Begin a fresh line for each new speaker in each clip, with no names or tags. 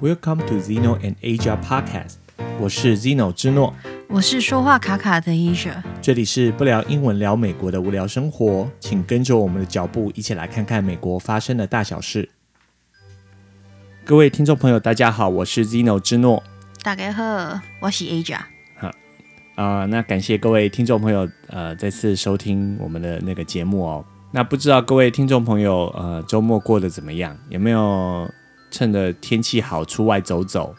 Welcome to Zeno and Asia Podcast，我是 Zeno 之诺，
我是说话卡卡的 Asia。
这里是不聊英文聊美国的无聊生活，请跟着我们的脚步一起来看看美国发生的大小事。各位听众朋友，大家好，我是 Zeno 之诺
大家好，我是 Asia。
啊、那感谢各位听众朋友呃再次收听我们的那个节目哦。那不知道各位听众朋友呃周末过得怎么样？有没有趁着天气好出外走走？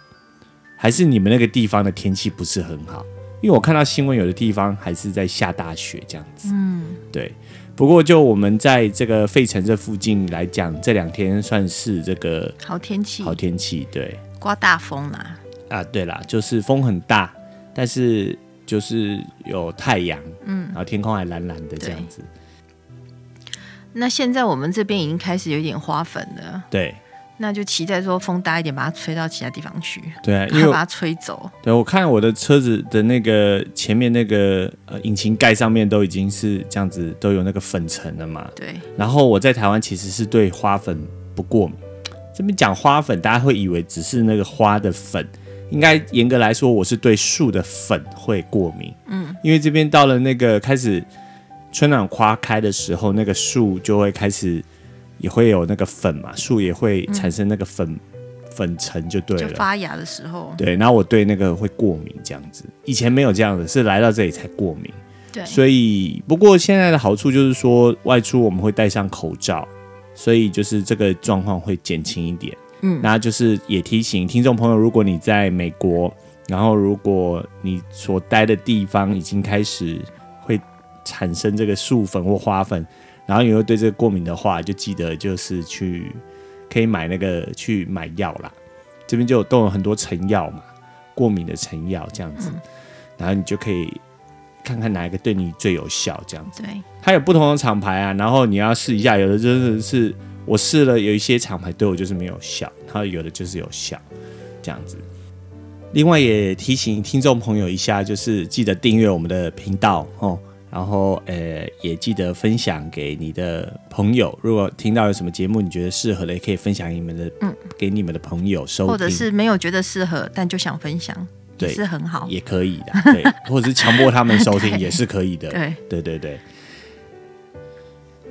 还是你们那个地方的天气不是很好？因为我看到新闻，有的地方还是在下大雪这样子。嗯，对。不过就我们在这个费城这附近来讲，这两天算是这个
好天气，
好天气，对。
刮大风啦。
啊，对啦，就是风很大，但是就是有太阳，嗯，然后天空还蓝蓝的这样子，
那现在我们这边已经开始有点花粉了，
对
那就期待说风大一点，把它吹到其他地方去，
对啊，因
然
为
后
我
把它吹走。
对我看我的车子的那个前面那个呃引擎盖上面都已经是这样子，都有那个粉尘了嘛。
对，
然后我在台湾其实是对花粉不过敏，这边讲花粉，大家会以为只是那个花的粉，应该严格来说，我是对树的粉会过敏。嗯，因为这边到了那个开始春暖花开的时候，那个树就会开始也会有那个粉嘛，树也会产生那个粉、粉尘就对
嗯
啊
就
了。
发芽的时候，
对，然后我对那个会过敏，这样子，以前没有这样子，是来到这里才过敏。
对，
所以，不过现在的好处就是说，外出我们会戴上口罩，所以就是这个状况会减轻一点。嗯，那就是也提醒听众朋友，如果你在美国，然后如果你所待的地方已经开始会产生这个树粉或花粉，然后你又对这个过敏的话，就记得就是去可以买那个去买药啦。这边就有都有很多成药嘛，过敏的成药这样子，然后你就可以看看哪一个对你最有效，这样子。
对，
它有不同的厂牌啊，然后你要试一下，有的真的是我试了，有一些厂牌对我就是没有效，然后有的就是有效，这样子。另外也提醒听众朋友一下，就是记得订阅我们的频道哦，然后呃也记得分享给你的朋友。如果听到有什么节目你觉得适合的，也可以分享你们的，嗯，给你们的朋友收听，
嗯或者是没有觉得适合，但就想分享，
对
也是很好。
也可以的，对，或者是强迫他们收听也是可以的，
对，
对对对。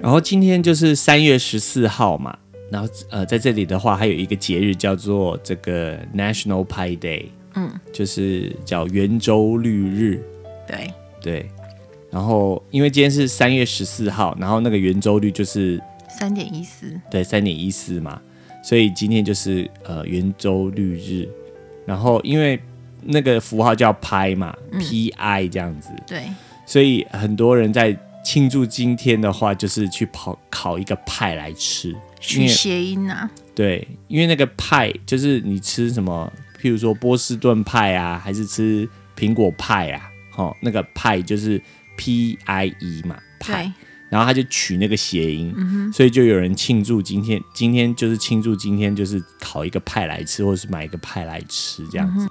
然后今天就是三月十四号嘛，然后呃，在这里的话还有一个节日叫做这个 National Pie Day，嗯，就是叫圆周率日，
对，
对。然后因为今天是三月十四号，然后那个圆周率就是
三点一四，
对，三点一四嘛，所以今天就是呃圆周率日，然后因为那个符号叫拍嘛、p I 这样子，
对，
所以很多人在庆祝今天的话，就是去跑烤一个派来吃，因
去
为
谐音啊，
对，因为那个派就是你吃什么，譬如说波士顿派啊，还是吃苹果派啊，哦，那个派就是 P I E 嘛，派
对，
然后他就取那个谐音，
嗯
所以就有人庆祝今天，今天就是庆祝今天就是烤一个派来吃，或者是买一个派来吃这
嗯
样子。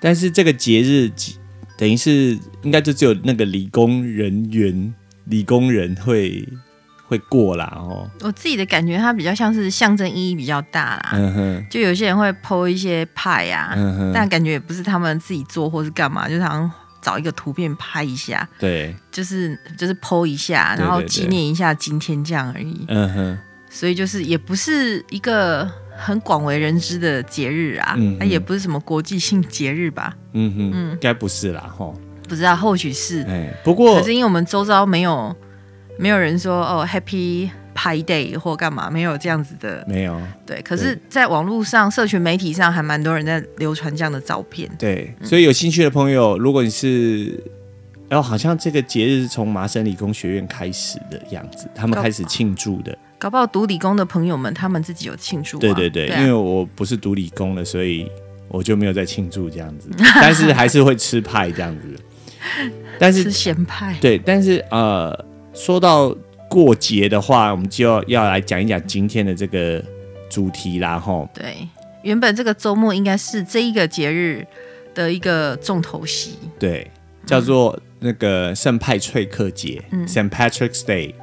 但是这个节日几等于是应该就只有那个理工人员、理工人会会过啦哦，
我自己的感觉，它比较像是象征意义比较大啦。
嗯哼，
就有些人会剖一些派啊，
嗯哼
但感觉也不是他们自己做或是干嘛，就是好像找一个图片拍一下，
对，
就是就是剖一下，
对
然后
对对
纪念一下今天这样而已。
嗯哼，
所以就是也不是一个很广为人知的节日啊，
嗯嗯
它也不是什么国际性节日吧？
嗯哼，应该不是啦吼，
不知道，或许是，
哎，不过
嗯可是因为我们周遭没有没有人说哦 Happy Pi Day 或干嘛，没有这样子的。
没有，
对，可是，在网络上、社群媒体上，还蛮多人在流传这样的照片。
对，
嗯
所以有兴趣的朋友，如果你是，然、后好像这个节日是从麻省理工学院开始的样子，他们开始庆祝的。
搞不好读理工的朋友们，他们自己有庆祝、啊。
对对对，
啊
因为我不是读理工的，所以我就没有在庆祝这样 子，但是还是会吃派这样子。但
吃
是
咸派，
对，但是呃，说到过节的话，我们就要要来讲一讲今天的这个主题啦，吼。
对，原本这个周末应该是这一个节日的一个重头戏，
对，叫做那个圣派翠克节、s
嗯
a i n t Patrick's Day）。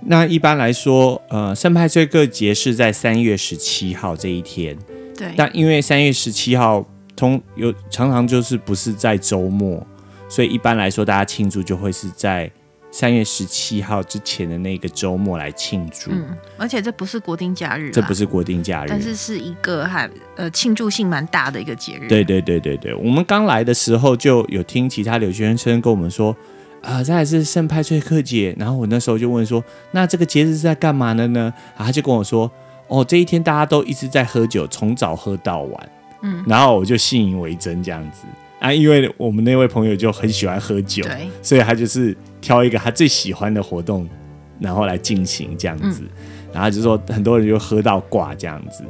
那一般来说，呃，圣派翠克节是在三月十七号这一天，
对，
但因为三月十七号通有常常就是不是在周末，所以一般来说大家庆祝就会是在三月十七号之前的那个周末来庆祝，
嗯，而且这不是国定假日，
这不，是国定假日。
但是是一个还呃庆祝性蛮大的一个节日，
对，对对对对，我们刚来的时候就有听其他留学生跟我们说，啊、再来是圣派翠克节，然后我那时候就问说，那这个节日是在干嘛的呢？啊，他就跟我说，哦，这一天大家都一直在喝酒，从早喝到晚，嗯，然后我就信以为真这样子啊，因为我们那位朋友就很喜欢喝酒，
对
所以他就是挑一个他最喜欢的活动，然后来进行这样子。
嗯
然后就说很多人就喝到挂这样子。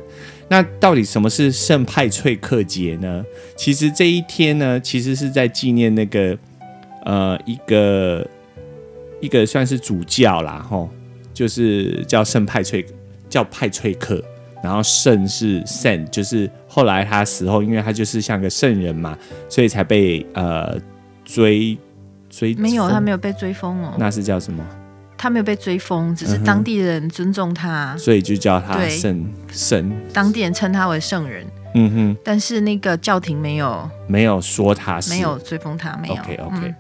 那到底什么是圣派翠克节呢？其实这一天呢，其实是在纪念那个呃一个一个算是主教啦，吼，就是叫圣派翠叫派翠克。然后圣是 saint，就是后来他死后，因为他就是像个圣人嘛，所以才被呃追追
没有
封
他没有被追封哦，
那是叫什么？
他没有被追封，只
嗯
是当地人尊重他，
所以就叫他
对
圣圣。
当地人称他为圣人，
嗯哼，
但是那个教廷没有
没有说他是
没有追封他，没有
OK OK、
嗯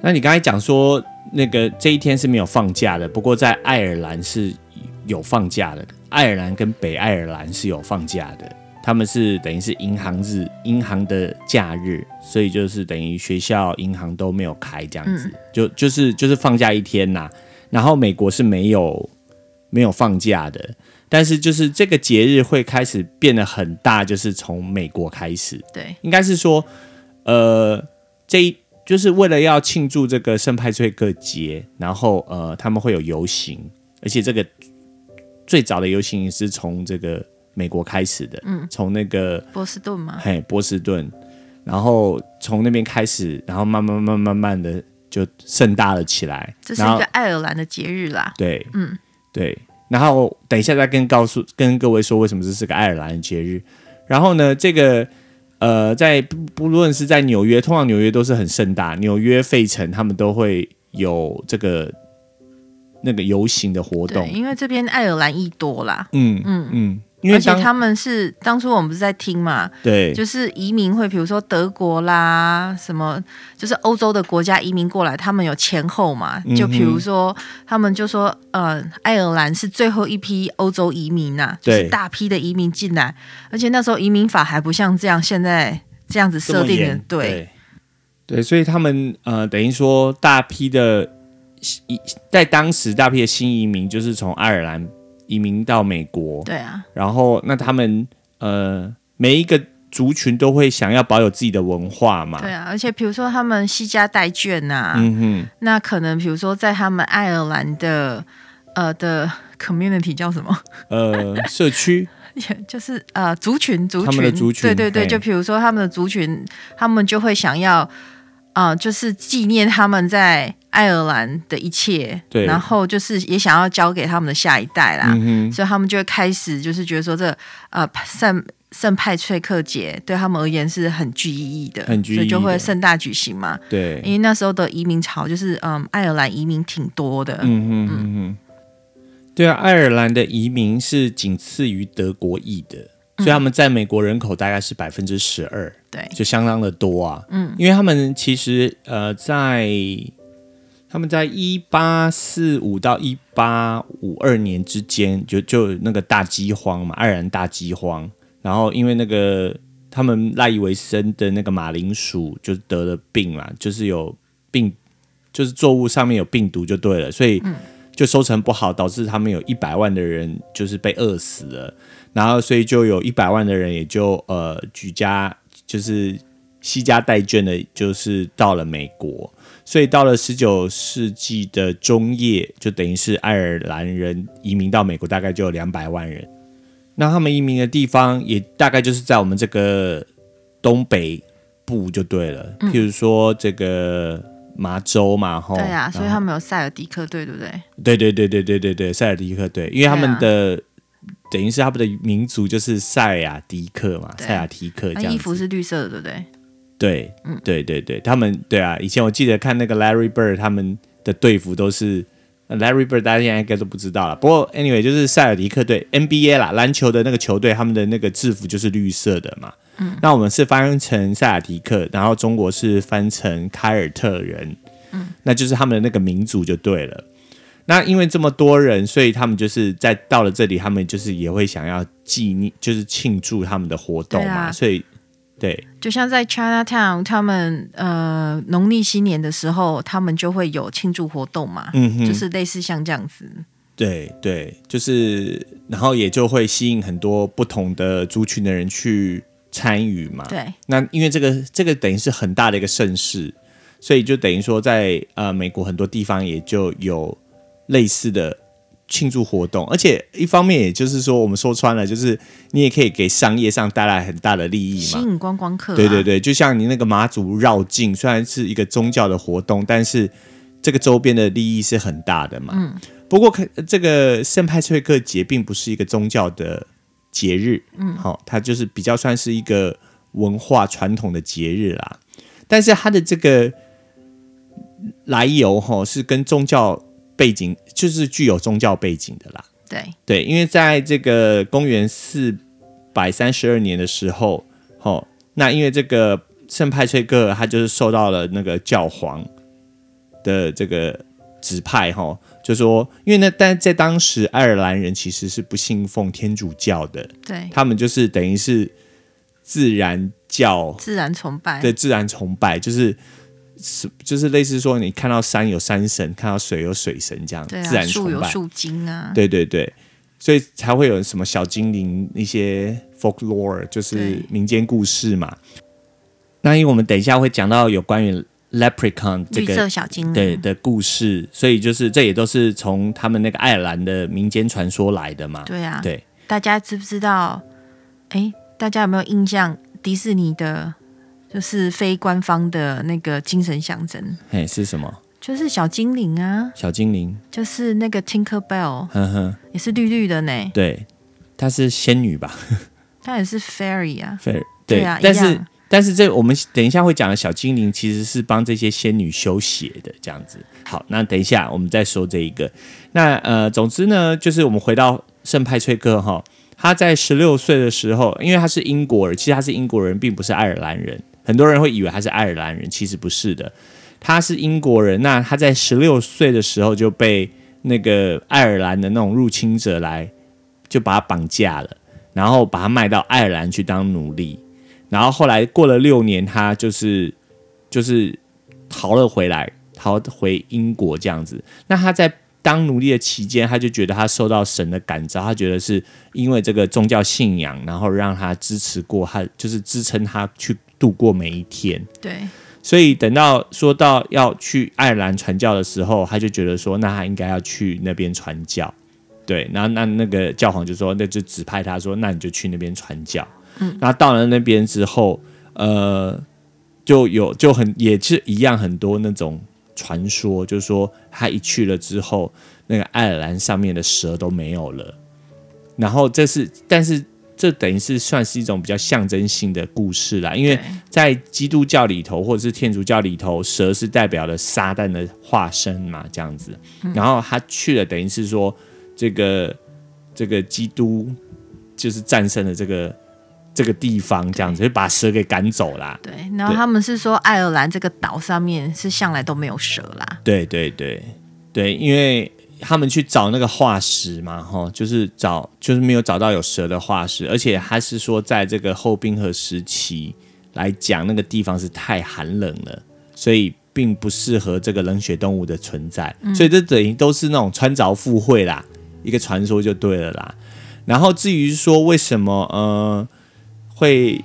那你刚才讲说那个这一天是没有放假的，不过在爱尔兰是有放假的，爱尔兰跟北爱尔兰是有放假的，他们是等于是银行日，银行的假日，所以就是等于学校、银行都没有开这
嗯
样子，就就是就是放假一天呐、然后美国是没有没有放假的。但是就是这个节日会开始变得很大，就是从美国开始，
对，
应该是说，呃，这一就是为了要庆祝这个圣派翠克节，然后呃，他们会有游行，而且这个最早的游行是从这个美国开始的，嗯，从那个
波士顿嘛，
嘿波士顿，然后从那边开始，然后慢慢慢慢慢的就盛大了起来，
这是
然
一
后
个爱尔兰的节日啦，
对，嗯，对。然后等一下再跟告诉跟各位说为什么这是个爱尔兰的节日。然后呢，这个呃，在不不论是在纽约，通常纽约都是很盛大，纽约、费城他们都会有这个那个游行的活
对，
动。
因为这边爱尔兰裔多啦，
嗯嗯嗯，因
而
为
且
当
他们是当初我们不是在听嘛，
对
就是移民会，比如说德国啦，什么就是欧洲的国家移民过来，他们有前后嘛。
嗯
就比如说，他们就说，呃，爱尔兰是最后一批欧洲移民呐、就是
对
大批的移民进来，而且那时候移民法还不像这样现在这样子
这么
设定的
严，
对
对，所以他们呃，等于说大批的移在当时大批的新移民就是从爱尔兰移民到美国，
对啊，
然后那他们呃每一个族群都会想要保有自己的文化嘛，
对啊。啊而且比如说他们惜家带眷呐、
嗯
那可能比如说在他们爱尔兰的呃的 community 叫什么？
哼，呃，社区，
也就是呃，族群族群，
他们的族群
对对对，
嘿
就比如说他们的族群，他们就会想要，呃，就是纪念他们在爱尔兰的一切，
对
然后就是也想要交给他们的下一代啦，
嗯哼，
所以他们就会开始就是觉得说这呃圣圣派翠克节对他们而言是很具意义的，
很具
所以就
意义的
会盛大举行嘛，因
对，嗯
为那时候的移民潮就是嗯，爱尔兰移民挺多的，
嗯哼嗯哼，对啊，爱尔兰的移民是仅次于德国裔的，所以他们在美国人口大概是百分之十二，
嗯对
就相当的多啊。嗯，因为他们其实呃，在他们在一八四五到一八五二年之间，就就有那个大饥荒嘛，爱尔兰大饥荒，然后因为那个他们赖以为生的那个马铃薯就得了病嘛，就是有病，就是作物上面有病毒就对了，所以。就收成不好，导致他们有一百万的人就是被饿死了。然后所以就有一百万的人也就呃举家就是惜家带眷的，就是到了美国。所以到了十九世纪的中叶，就等于是爱尔兰人移民到美国，大概就有两百万人。那他们移民的地方也大概就是在我们这个东北部就对了，譬如说这个麻州嘛，吼，
嗯对啊，所以
然后
他们有塞尔迪克队，对不对？
对对对对对对对，塞尔迪克
啊
队，因为他们的、等于是他们的民族就是塞雅迪克嘛，
对
塞雅迪克这
那
样
衣服
子。
是绿色的，对不对？
对，对对对，他们对啊，以前我记得看那个 Larry Bird 他们的队服都是 Larry Bird 大家现在应该都不知道了。不过 anyway，就是塞尔迪克队 NBA 啦，篮球的那个球队，他们的那个制服就是绿色的嘛。嗯，那我们是翻成塞尔迪克，然后中国是翻成凯尔特人。嗯，那就是他们的那个民族就对了。那因为这么多人，所以他们就是在到了这里，他们就是也会想要纪念，就是庆祝他们的活动
对
嘛。
啊
所以，对，
就像在 Chinatown，他们呃农历新年的时候，他们就会有庆祝活动嘛，
嗯哼，
就是类似像这样子。
对对，就是，然后也就会吸引很多不同的族群的人去参与嘛。
对，
那因为这个这个等于是很大的一个盛事，所以就等于说在呃美国很多地方也就有类似的庆祝活动，而且一方面也就是说我们说穿了，就是你也可以给商业上带来很大的利益
吸
嘛。
引观光客、啊。
对对对，就像你那个马祖绕境，虽然是一个宗教的活动，但是这个周边的利益是很大的嘛。嗯。不过，看这个圣派翠克节并不是一个宗教的节日，嗯，好、它就是比较算是一个文化传统的节日啦。但是它的这个来由，哈、是跟宗教背景，就是具有宗教背景的啦。
对
对，因为在这个公元四百三十二年的时候，哦，那因为这个圣派翠克他就是受到了那个教皇的这个指派，哈、就说因为那但在当时爱尔兰人其实是不信奉天主教的，
对，
他们就是等于是自然教
自然崇拜。
对自然崇拜，就是是就是类似说你看到山有山神，看到水有水神这样，
对
自
啊，
然
树
崇
有
拜。
树精啊。
对对对，所以才会有什么小精灵一些 folklore，就是
对
民间故事嘛。那因为我们等一下会讲到有关于 leprechaun 这
绿
个
色小精灵，
对的故事，所以就是这也都是从他们那个爱尔兰的民间传说来的嘛。
对啊，
对
大家知不知道？哎，大家有没有印象？迪士尼的，就是非官方的那个精神象征，
嘿，是什么
就是小精灵啊，
小精灵？
就是那个 Tinker
呵
Bell，
呵，
也是绿绿的呢，
对，她是仙女吧？
它也是 Fairy 啊，
对
对啊
但
一
是
样
但是这我们等一下会讲的小精灵其实是帮这些仙女修鞋的这样子。好，那等一下我们再说这一个。那呃，总之呢，就是我们回到圣派翠克哈，他在十六岁的时候，因为他是英国人，其实他是英国人，并不是爱尔兰人。很多人会以为他是爱尔兰人，其实不是的，他是英国人。那他在十六岁的时候就被那个爱尔兰的那种入侵者来就把他绑架了，然后把他卖到爱尔兰去当奴隶。然后后来过了六年，他就是就是逃了回来，逃回英国这样子。那他在当奴隶的期间，他就觉得他受到神的感召，他觉得是因为这个宗教信仰，然后让他支持过他，就是支撑他去度过每一天。
对
所以等到说到要去爱尔兰传教的时候，他就觉得说，那他应该要去那边传教。对，然后那那个教皇就说，那就指派他说，那你就去那边传教。嗯，那到了那边之后，呃，就有就很也是一样很多那种传说，就是说他一去了之后，那个爱尔兰上面的蛇都没有了。然后这是，但是这等于是算是一种比较象征性的故事啦，因为
对
在基督教里头或者是天主教里头，蛇是代表了撒旦的化身嘛，这样子。然后他去了，等于是说这个这个基督就是战胜了这个这个地方，这样子就把蛇给赶走啦。
对。然后
对
他们是说，爱尔兰这个岛上面是向来都没有蛇啦，
对对对对，因为他们去找那个化石嘛，哈，就是找就是没有找到有蛇的化石，而且他是说在这个后冰河时期来讲，那个地方是太寒冷了，所以。并不适合这个冷血动物的存在，所以这等于都是那种穿凿附会啦，一个传说就对了啦。然后至于说为什么呃会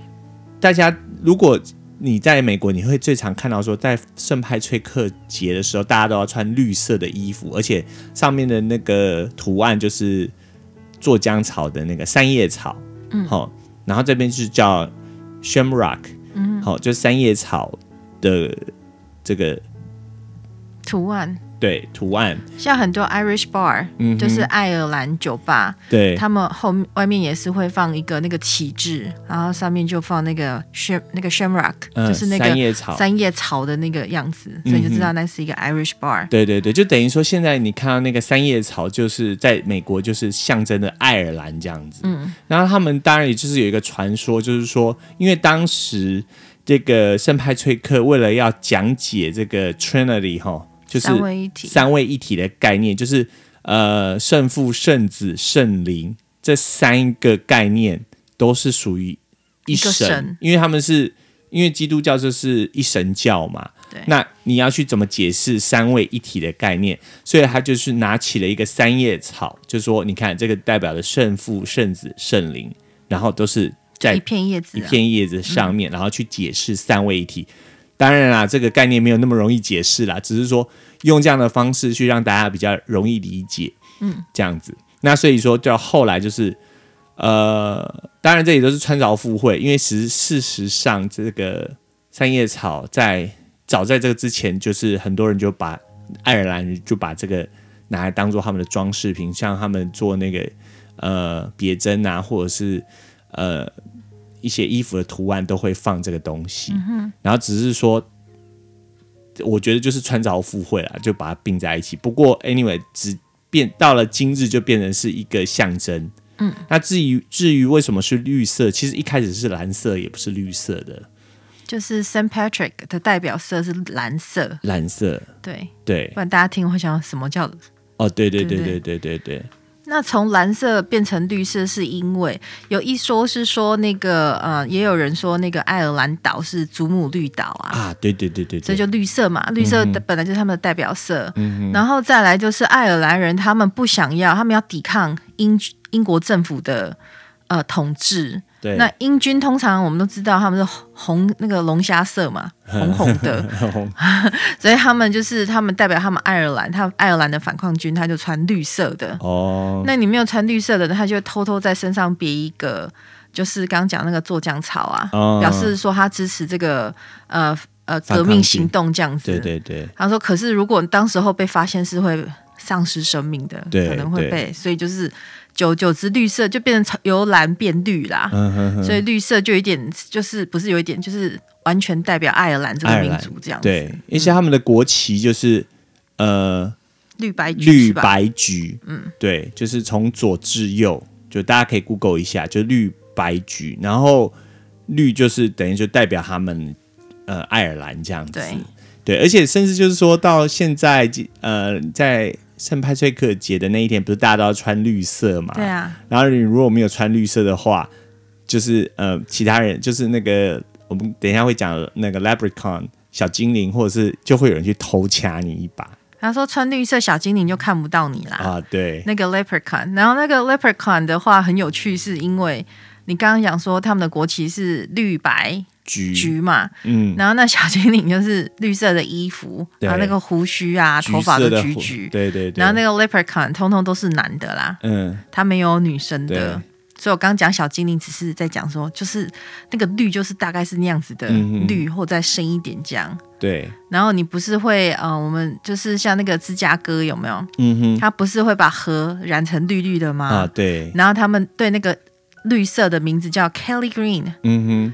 大家如果你在美国，你会最常看到说，在圣派翠克节的时候，大家都要穿绿色的衣服，而且上面的那个图案就是做浆草的那个三叶草，嗯，好、然后这边是叫 shamrock，嗯，好、就三叶草的这个
图案
对图案，
像很多 Irish bar，、
嗯哼
就是爱尔兰酒吧，
对
他们后面外面也是会放一个那个旗帜，然后上面就放那个 sham 那个 shamrock，、
嗯
就是那个
三叶草嗯
三叶草的那个样子，所以你就知道那是一个 Irish bar。
对对对，就等于说现在你看到那个三叶草，就是在美国就是象征的爱尔兰这样子。嗯，然后他们当然也就是有一个传说，就是说，因为当时这个圣派翠克为了要讲解这个 Trinity 哈，就是
三位一体
三位一体的概念，就是呃圣父、圣子、圣灵这三个概念都是属于一神，
一个神
因为他们是因为基督教就是一神教嘛，
对
那你要去怎么解释三位一体的概念？所以他就是拿起了一个三叶草，就说你看这个代表的圣父、圣子、圣灵，然后都是在
一片叶子、
一
啊，嗯
片叶子上面，然后去解释三位一体。当然啦，这个概念没有那么容易解释啦，只是说用这样的方式去让大家比较容易理解，嗯，这样子。那所以说，到后来就是，呃，当然这里都是穿凿附会，因为实事实上，这个三叶草在早在这个之前，就是很多人就把爱尔兰人就把这个拿来当做他们的装饰品，像他们做那个呃别针啊，或者是呃一些衣服的图案都会放这个东西，然后只是说，我觉得就是穿凿附会啦，就把它并在一起。不过 anyway，只变到了今日就变成是一个象征。嗯，那至于至于为什么是绿色，其实一开始是蓝色，也不是绿色的
就是 Saint Patrick 的代表色是蓝色，
蓝色，
对，
对
不，然大家听会想什么叫
哦，对对对对
对
对对对，
那从蓝色变成绿色，是因为有一说是说那个呃，也有人说那个爱尔兰岛是祖母绿岛啊，
啊，对对对对
所
对
以，就绿色
嗯
嘛，绿色的本来就是他们的代表色。然后再来就是爱尔兰人，他们不想要，他们要抵抗英英国政府的呃统治。
对
那英军通常我们都知道他们是红那个龙虾 色嘛，红红的，所以他们就是他们代表他们爱尔兰，他们爱尔兰的反抗军他就穿绿色的。
哦，
那你没有穿绿色的，他就会偷偷在身上别一个，就是刚刚讲那个做酱草啊，
哦
表示说他支持这个呃呃
反抗
革
军
命行动这样子。
对对对，
他说，可是如果当时候被发现是会丧失生命的，
对
可能会被，所以就是久而久之绿色就变成由蓝变绿啦。
嗯哼哼，
所以绿色就有一点，就是不是有一点，就是完全代表爱尔兰这
爱
个
尔
民
兰
族这样子，
对，而且他们的国旗就是呃
绿白橘
绿
是吧
白橘，嗯，对，就是从左至右，就大家可以 Google 一下，就绿白橘，然后绿就是等于就代表他们呃爱尔兰这样子，
对
对，而且甚至就是说到现在，呃，在圣派崔克节的那一天，不是大家都要穿绿色嘛？
对啊，
然后你如果没有穿绿色的话，就是呃，其他人就是那个我们等一下会讲那个 leprechaun 小精灵，或者是就会有人去偷掐你一把
他说穿绿色小精灵就看不到你啦。
啊，对，
那个 leprechaun，然后那个 leprechaun 的话很有趣，是因为你刚刚讲说他们的国旗是绿白
橘
橘嘛，
嗯，
然后那小精灵就是绿色的衣服，
对
然后那个胡须啊，头
橘
发都
色的
橘
火
橘，
对对对，
然后那个 leprechaun 通通都是男的啦，
嗯，
他没有女生的
对。
所以我刚讲小精灵，只是在讲说，就是那个绿，就是大概是那样子的
嗯嗯
绿，或再深一点这样。
对，
然后你不是会，呃，我们就是像那个芝加哥有没有？
嗯哼，
它不是会把河染成绿绿的吗？
啊，对，
然后他们对那个绿色的名字叫 Kelly Green，
嗯哼，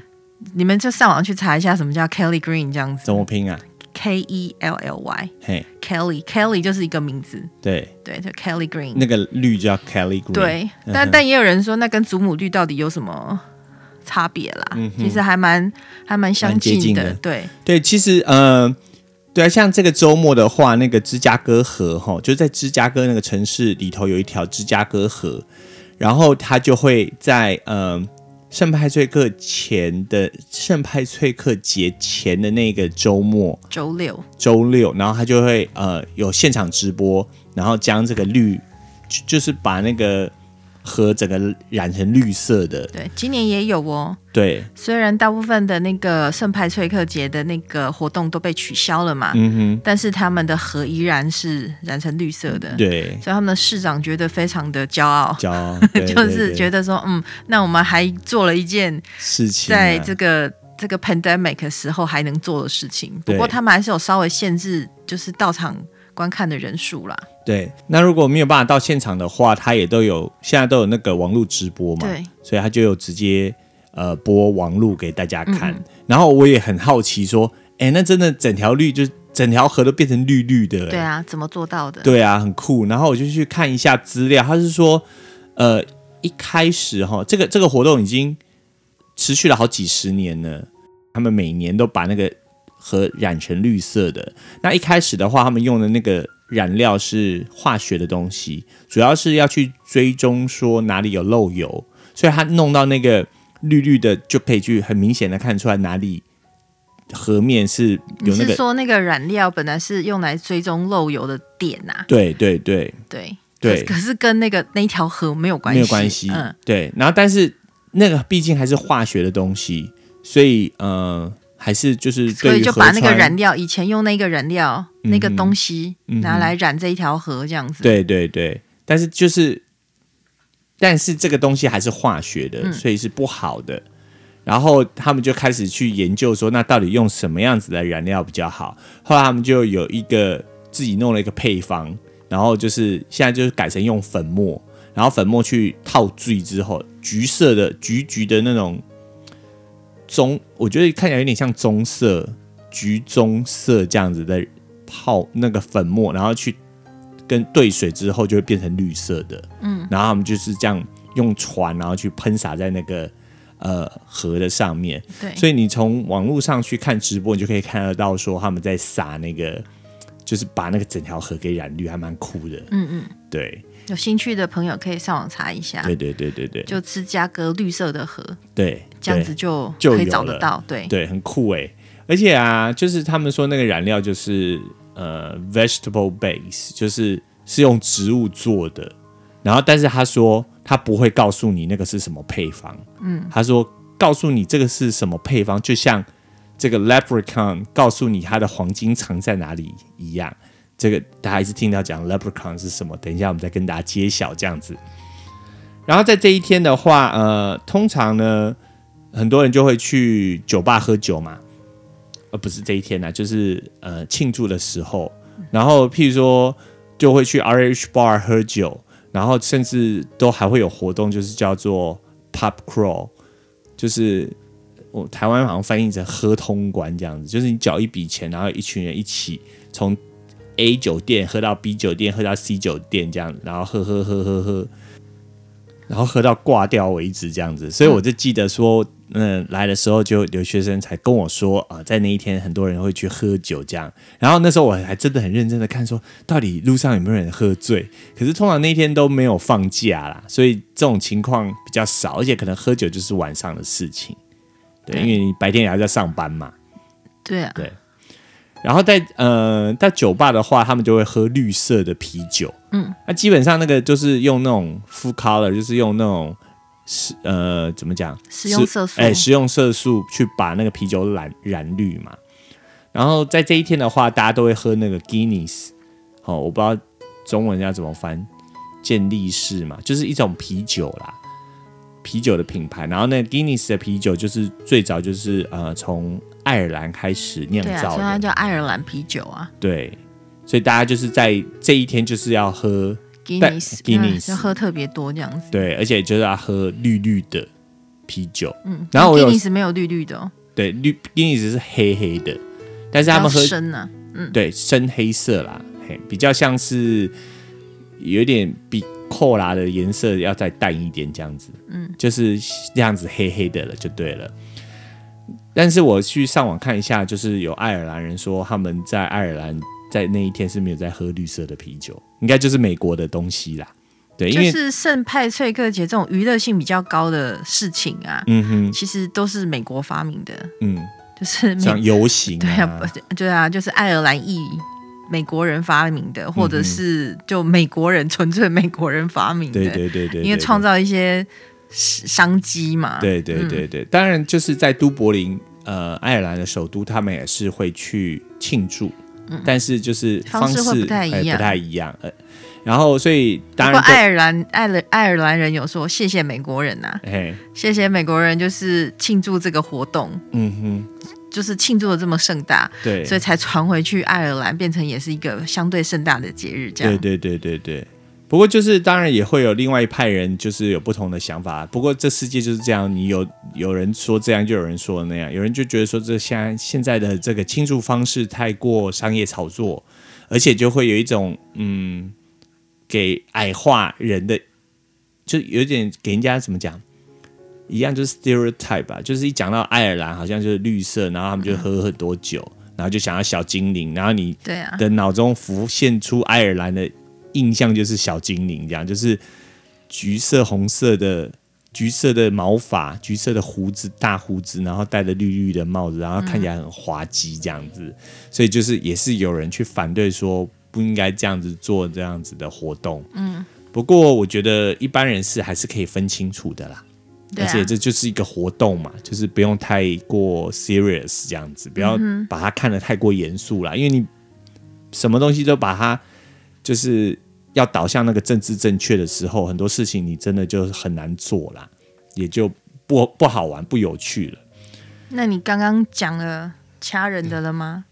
你们就上网去查一下什么叫 Kelly Green 这样子
怎么拼啊？
，K E L L Y
嘿，
Kelly Kelly 就是一个名字，
对，
对，就 Kelly Green。
那个绿叫 Kelly Green，
对，
嗯
但
哼
但也有人说，那跟祖母绿到底有什么差别啦？其实还蛮还蛮相
嗯蛮接
近
近
的，
的
对
对，其实呃，对啊，像这个周末的话，那个芝加哥河哈，就在芝加哥那个城市里头有一条芝加哥河，然后它就会在呃圣派翠克前的圣派翠克节前的那个周末
周六
周六，然后它就会呃有现场直播，然后将这个绿就就是把那个河整个染成绿色的，
对，今年也有哦。
对，
虽然大部分的那个圣派翠克节的那个活动都被取消了嘛，
嗯哼，
但是他们的河依然是染成绿色的。
对，
所以他们的市长觉得非常的骄傲，
骄 傲，
就是觉
得
得说，嗯，那我们还做了一件
事情啊、
在这个、这个 pandemic 的时候还能做的事情。不
对
过他们还是有稍微限制，就是到场观看的人数啦。
对，那如果没有办法到现场的话，他也都有现在都有那个网络直播嘛，
对，
所以他就有直接呃播网络给大家看。
嗯
然后我也很好奇说，哎，那真的整条绿就是整条河都变成绿绿的、欸，
对啊，怎么做到的？
对啊，很酷。然后我就去看一下资料，他是说，呃，一开始哈，这个这个活动已经持续了好几十年了，他们每年都把那个河染成绿色的。那一开始的话，他们用的那个染料是化学的东西，主要是要去追踪说哪里有漏油，所以他弄到那个绿绿的，就可以去很明显的看出来哪里。河面是
你
有那
是
个，
说那个染料本来是用来追踪漏油的点呐、啊？
对对对，
对
对
可是可是跟那个那一条河没有关系，
没有关系。
嗯，
对。然后，但是那个毕竟还是化学的东西，所以呃，还是就是
所
对
以
于
就
河
把那个
川
染料，以前用那个染料、
嗯哼
那个东西
嗯哼
拿来染这一条河这样子。，
对对对，但是就是，但是这个东西还是化学
嗯
的，所以是不好的。然后他们就开始去研究说，那到底用什么样子的燃料比较好？后来他们就有一个自己弄了一个配方，然后就是现在就是改成用粉末，然后粉末去套醉之后，橘色的橘橘的那种棕，我觉得看起来有点像棕色、橘棕色这样子的泡那个粉末，然后去跟兑水之后就会变成绿色的，嗯，然后他们就是这样用船，然后去喷洒在那个呃河的上面，
对
所以你从网络上去看直播，你就可以看得到说他们在撒那个，就是把那个整条河给染绿，还蛮酷的，嗯嗯，对
有兴趣的朋友可以上网查一下，
对对对对对，
就芝加哥绿色的河，
对
这样
对
子就
就
可以
有
找得
了
到。对，
对，很酷哎、而且啊，就是他们说那个燃料就是呃 vegetable base，就是是用植物做的。然后，但是他说他不会告诉你那个是什么配方。嗯，他说告诉你这个是什么配方，就像这个 leprechaun 告诉你它的黄金藏在哪里一样。这个大家还是听到讲 leprechaun 是什么，等一下我们再跟大家揭晓这样子。然后在这一天的话，呃，通常呢，很多人就会去酒吧喝酒嘛，呃，不是这一天啦，就是呃庆祝的时候，然后譬如说就会去 RH bar 喝酒，然后甚至都还会有活动，就是叫做 pub crawl，就是我台湾好像翻译成喝通关这样子，就是你缴一笔钱，然后一群人一起从 A 酒店喝到 B 酒店，喝到 C 酒店这样子，然后喝喝喝喝喝，然后喝到挂掉为止这样子。所以我就记得说，嗯、来的时候就留学生才跟我说啊、在那一天很多人会去喝酒这样。然后那时候我还真的很认真的看说，到底路上有没有人喝醉？可是通常那一天都没有放假啦，所以这种情况比较少，而且可能喝酒就是晚上的事情。对，
对
因为你白天也还在上班嘛。
对啊，
对然后在呃在酒吧的话，他们就会喝绿色的啤酒。嗯，那基本上那个就是用那种 full color，就是用那种食呃怎么讲
食用色素
哎、食用色素去把那个啤酒染染绿嘛。然后在这一天的话，大家都会喝那个 Guinness，哦，我不知道中文要怎么翻，健力士嘛，就是一种啤酒啦，啤酒的品牌。然后那个 Guinness 的啤酒就是最早就是呃从爱尔兰开始酿
对啊，
造
所以
的，
它叫爱尔兰啤酒啊
对，所以大家就是在这一天就是要喝，
，Guinness，
Guinness
嗯要喝特别多这样子。
对，而且就是要喝绿绿的啤酒，嗯，然
然
后
后
我有
Guinness 没有绿绿的、哦，
对绿 Guinness 是黑黑的，但是他们
比
喝
较深啊，
对深黑色啦，嘿，比较像是有点比扣拉的颜色要再淡一点这样子，嗯，就是这样子黑黑的了就对了。但是我去上网看一下，就是有爱尔兰人说他们在爱尔兰在那一天是没有在喝绿色的啤酒，应该就是美国的东西啦。对，因
就
为、
是圣派翠克节这种娱乐性比较高的事情啊，
嗯哼
其实都是美国发明的，
嗯，
就是美
像游行
对啊，
啊，
不对啊，就是爱尔兰裔美国人发明
嗯
的，或者是就美国人纯粹美国人发明的，
对对对对，
因为
对
创造一些商机嘛，嗯
对对对对，当然就是在都柏林，呃，爱尔兰的首都，他们也是会去庆祝，但是就是
嗯方
式
式会不太一
哎
样
不太一样。呃，然后所以当
不过
然
爱尔兰爱尔爱尔兰人有说谢谢美国人啊呐、
就，嘿，
谢谢美国人，就是庆祝这个活动，
嗯哼，
就是庆祝的这么盛大，
对，
所以才传回去爱尔兰，变成也是一个相对盛大的节日这样。
对对对对对。不过就是当然也会有另外一派人，就是有不同的想法。不过这世界就是这样，你有有人说这样，就有人说那样，有人就觉得说这现在现在的这个庆祝方式太过商业炒作，而且就会有一种嗯，给矮化人的，就有点给人家怎么讲？一样就是 stereotype 吧，就是一讲到爱尔兰，好像就是绿色，然后他们就喝很多酒，然后就想要小精灵，然后你
对啊，
的脑中浮现出爱尔兰的印象就是小精灵这样，就是橘色、红色的、橘色的毛发、橘色的胡子、大胡子，然后戴着绿绿的帽子，然后看起来很滑稽这样子。所以就是也是有人去反对说不应该这样子做这样子的活动。嗯，不过我觉得一般人是还是可以分清楚的啦。
对
而
啊
且这就是一个活动嘛，就是不用太过 serious 这样子，不要把它看得太过严肃啦，因为你什么东西都把它就是要导向那个政治正确的时候，很多事情你真的就很难做啦，也就不不好玩、不有趣了。
那你刚刚讲了掐人的了吗？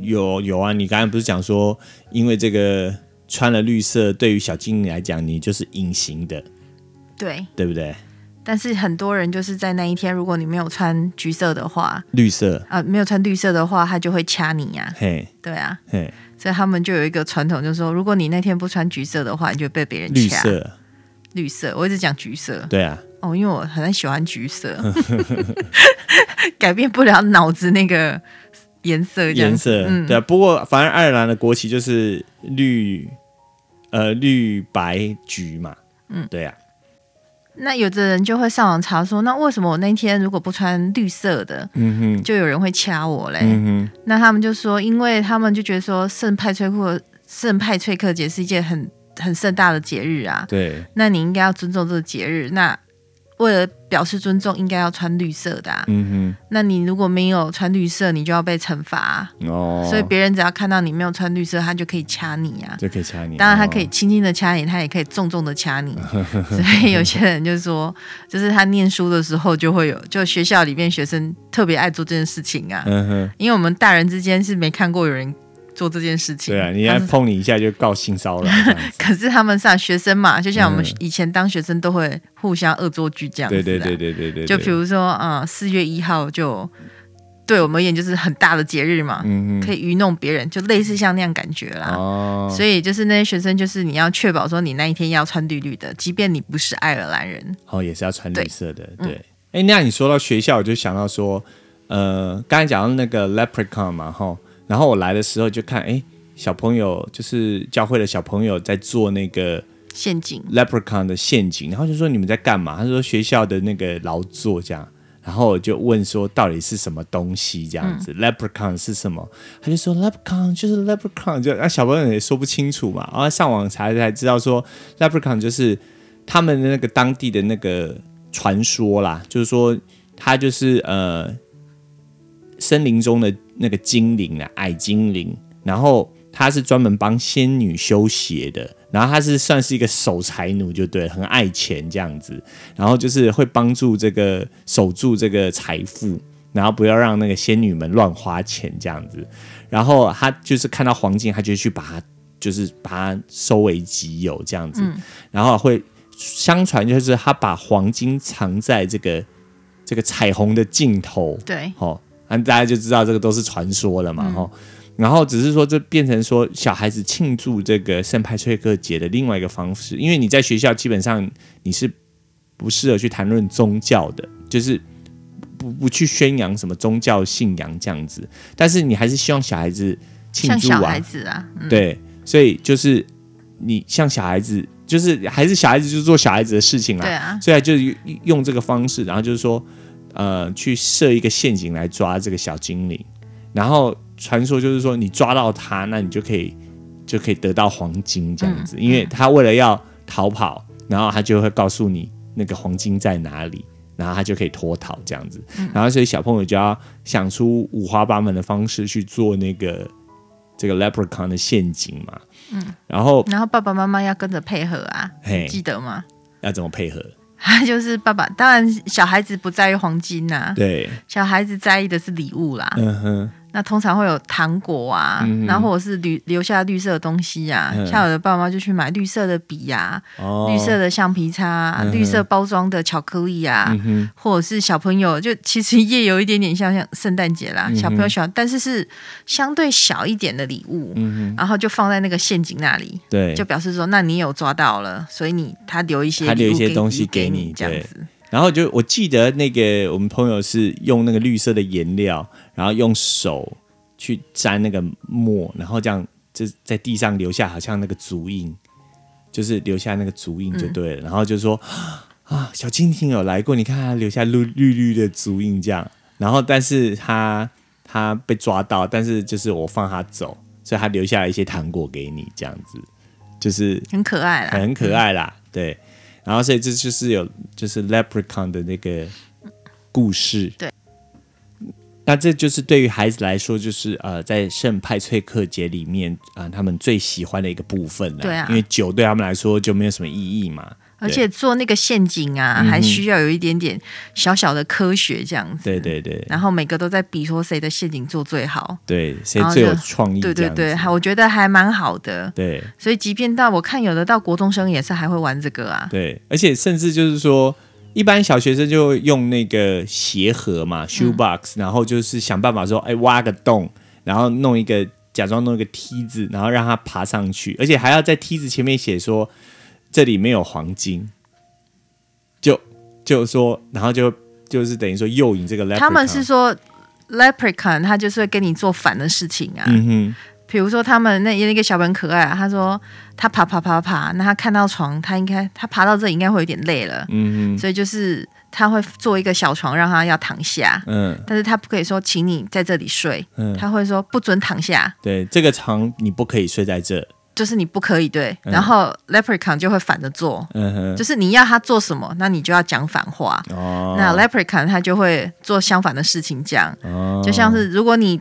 有有啊，你刚才不是讲说，因为这个穿了绿色，对于小精灵来讲，你就是隐形的，嗯
对，
对不对？
但是很多人就是在那一天，如果你没有穿橘色的话，
绿色，
啊、没有穿绿色的话，他就会掐你呀、
嘿
对啊，
嘿，
所以他们就有一个传统，就是说，如果你那天不穿橘色的话，你就被别人
绿
掐。
色，
绿色，我一直讲橘色
对啊，
哦，因为我很喜欢橘色， 改变不了脑子那个颜色这样子。
颜色，
嗯，
对啊。不过反正爱尔兰的国旗就是绿，呃，绿白橘嘛，嗯，对啊，
那有的人就会上网查说，那为什么我那天如果不穿绿色的，
嗯哼，
就有人会掐我嘞？
嗯哼，
那他们就说，因为他们就觉得说圣派崔克圣派崔克节是一件很很盛大的节日啊，
对，
那你应该要尊重这个节日。那为了表示尊重，应该要穿绿色的、啊。
嗯
那你如果没有穿绿色，你就要被惩罚啊、
哼，哦，
所以别人只要看到你没有穿绿色，他就可以掐你啊。
就可以掐你，
当然，他可以
哦，
轻轻的掐你，他也可以重重的 掐你。所以有些人就说，就是他念书的时候就会有，就学校里面学生特别爱做这件事情啊。
嗯哼，
因为我们大人之间是没看过有人做这件事情。
对啊，你要
他们
碰你一下就告性骚扰，这样子
可是他们上学生嘛，就像我们
嗯
以前当学生都会互相恶作剧 这样子、啊。
对对对对对对，
就比如说，呃，四月一号就对我们而言就是很大的节日嘛，
嗯
可以愚弄别人，就类似像那样感觉啦。
哼，哦，
啊所以就是那些学生，就是你要确保说你那一天要穿绿绿的，即便你不是爱尔兰人。
哦，也是要穿绿
对嗯
色的，对。哎、那你说到学校，我就想到说，呃，刚才讲到那个 Leprechaun 嘛，吼，然后我来的时候就看，哎、小朋友就是教会的小朋友在做那个
陷阱
嗯 Leprechaun 的陷阱，然后就说你们在干嘛？他说学校的那个劳作这样，然后我就问说到底是什么东西这样子、l e p r e c h a u n 是什么？他就说 Leprechaun 就是 Leprechaun，就那、小朋友也说不清楚嘛，然后上网查才知道说 Leprechaun 就是他们的那个当地的那个传说啦，就是说他就是呃森林中的那个精灵啊，矮精灵，然后他是专门帮仙女修鞋的，然后他是算是一个守财奴，就对了，很爱钱这样子，然后就是会帮助这个守住这个财富，然后不要让那个仙女们乱花钱这样子，然后他就是看到黄金，他就去把它就是把它收为己有这样子，然后会相传就是他把黄金藏在这个这个彩虹的尽头，
对，嗯
哦，那大家就知道这个都是传说了嘛，哈、然后只是说，这变成说小孩子庆祝这个圣派崔克节的另外一个方式，因为你在学校基本上你是不适合去谈论宗教的，就是不不去宣扬什么宗教信仰这样子，但是你还是希望小孩子庆
像
祝
小
啊
孩，子啊，嗯，
对，所以就是你像小孩子，就是还是小孩子就做小孩子的事情啦，
对啊，
所以就是用这个方式，然后就是说，呃，去设一个陷阱来抓这个小精灵，然后传说就是说，你抓到它，那你就可以就可以得到黄金这样子，
嗯
因为他为了要逃跑，然后他就会告诉你那个黄金在哪里。然后他就可以脱逃这样子，
嗯
然后所以小朋友就要想出五花八门的方式去做那个这个 Leprechaun 的陷阱嘛。嗯，然后
然后爸爸妈妈要跟着配合啊，
嘿，
记得吗？
要怎么配合？
就是爸爸，当然小孩子不在意黄金呐、
对，
小孩子在意的是礼物啦。
嗯哼，
那通常会有糖果啊，然后或者是绿留下绿色的东西啊。
嗯
像我的爸妈就去买绿色的笔啊呀、
哦，
绿色，的橡皮擦啊、
嗯哼
绿色包装的巧克力啊，
嗯哼，
或者是小朋友就其实也有一点点像像圣诞节啦，
嗯哼
小朋友喜欢，但是是相对小一点的礼物，
嗯
然后就放在那个陷阱那里。
对，
就表示说，那你有抓到了，所以你他留一些
他留
礼物
一些
给
东西
给
给
你
你
这样
对
子，
然后就我记得那个我们朋友是用那个绿色的颜料，然后用手去沾那个墨，然后这样就在地上留下好像那个足印，就是留下那个足印就对了。然后就说啊，小蜻蜓有来过，你看它留下绿绿绿的足印这样。然后但是它它被抓到，但是就是我放它走，所以它留下了一些糖果给你这样子，就是
很可爱啦。
很可爱啦，对。然后所以这就是有就是 Leprechaun 的那个故事，
对。
那这就是对于孩子来说，就是呃，在圣派翠克节里面啊、呃他们最喜欢的一个部分了。
对啊
因为酒对他们来说就没有什么意义嘛。
而且做那个陷阱
嗯
啊，还需要有一点点小小的科学这样子。
对对对
然后每个都在比说谁的陷阱做最好。
对，谁
然后
最
就
有创意
对
这
对
样子？
对，还我觉得还蛮好的。
对
所以即便到我看有的到国中生也是还会玩这个啊。
对，而且甚至就是说，一般小学生就会用那个鞋盒嘛 （shoe
嗯
box），、然后就是想办法说，哎，挖个洞，然后弄一个假装弄一个梯子，然后让他爬上去，而且还要在梯子前面写说这里没有黄金，就就说，然后就就是等于说诱引这个 leprechaun。
他们是说 leprechaun，他就是会跟你做反的事情啊。
嗯哼，
比如说他们那那个小本可爱、啊，他说他爬爬爬爬，那他看到床，他应该他爬到这里应该会有点累了，
嗯哼，
所以就是他会做一个小床让他要躺下，
嗯
但是他不可以说请你在这里睡，
嗯，
他会说不准躺下，
对，这个床你不可以睡在这，
就是你不可以对，然后 leprechaun 就会反着做，
嗯哼，
就是你要他做什么，那你就要讲反话。
哦，
那 leprechaun 他就会做相反的事情讲，
哦
就像是如果你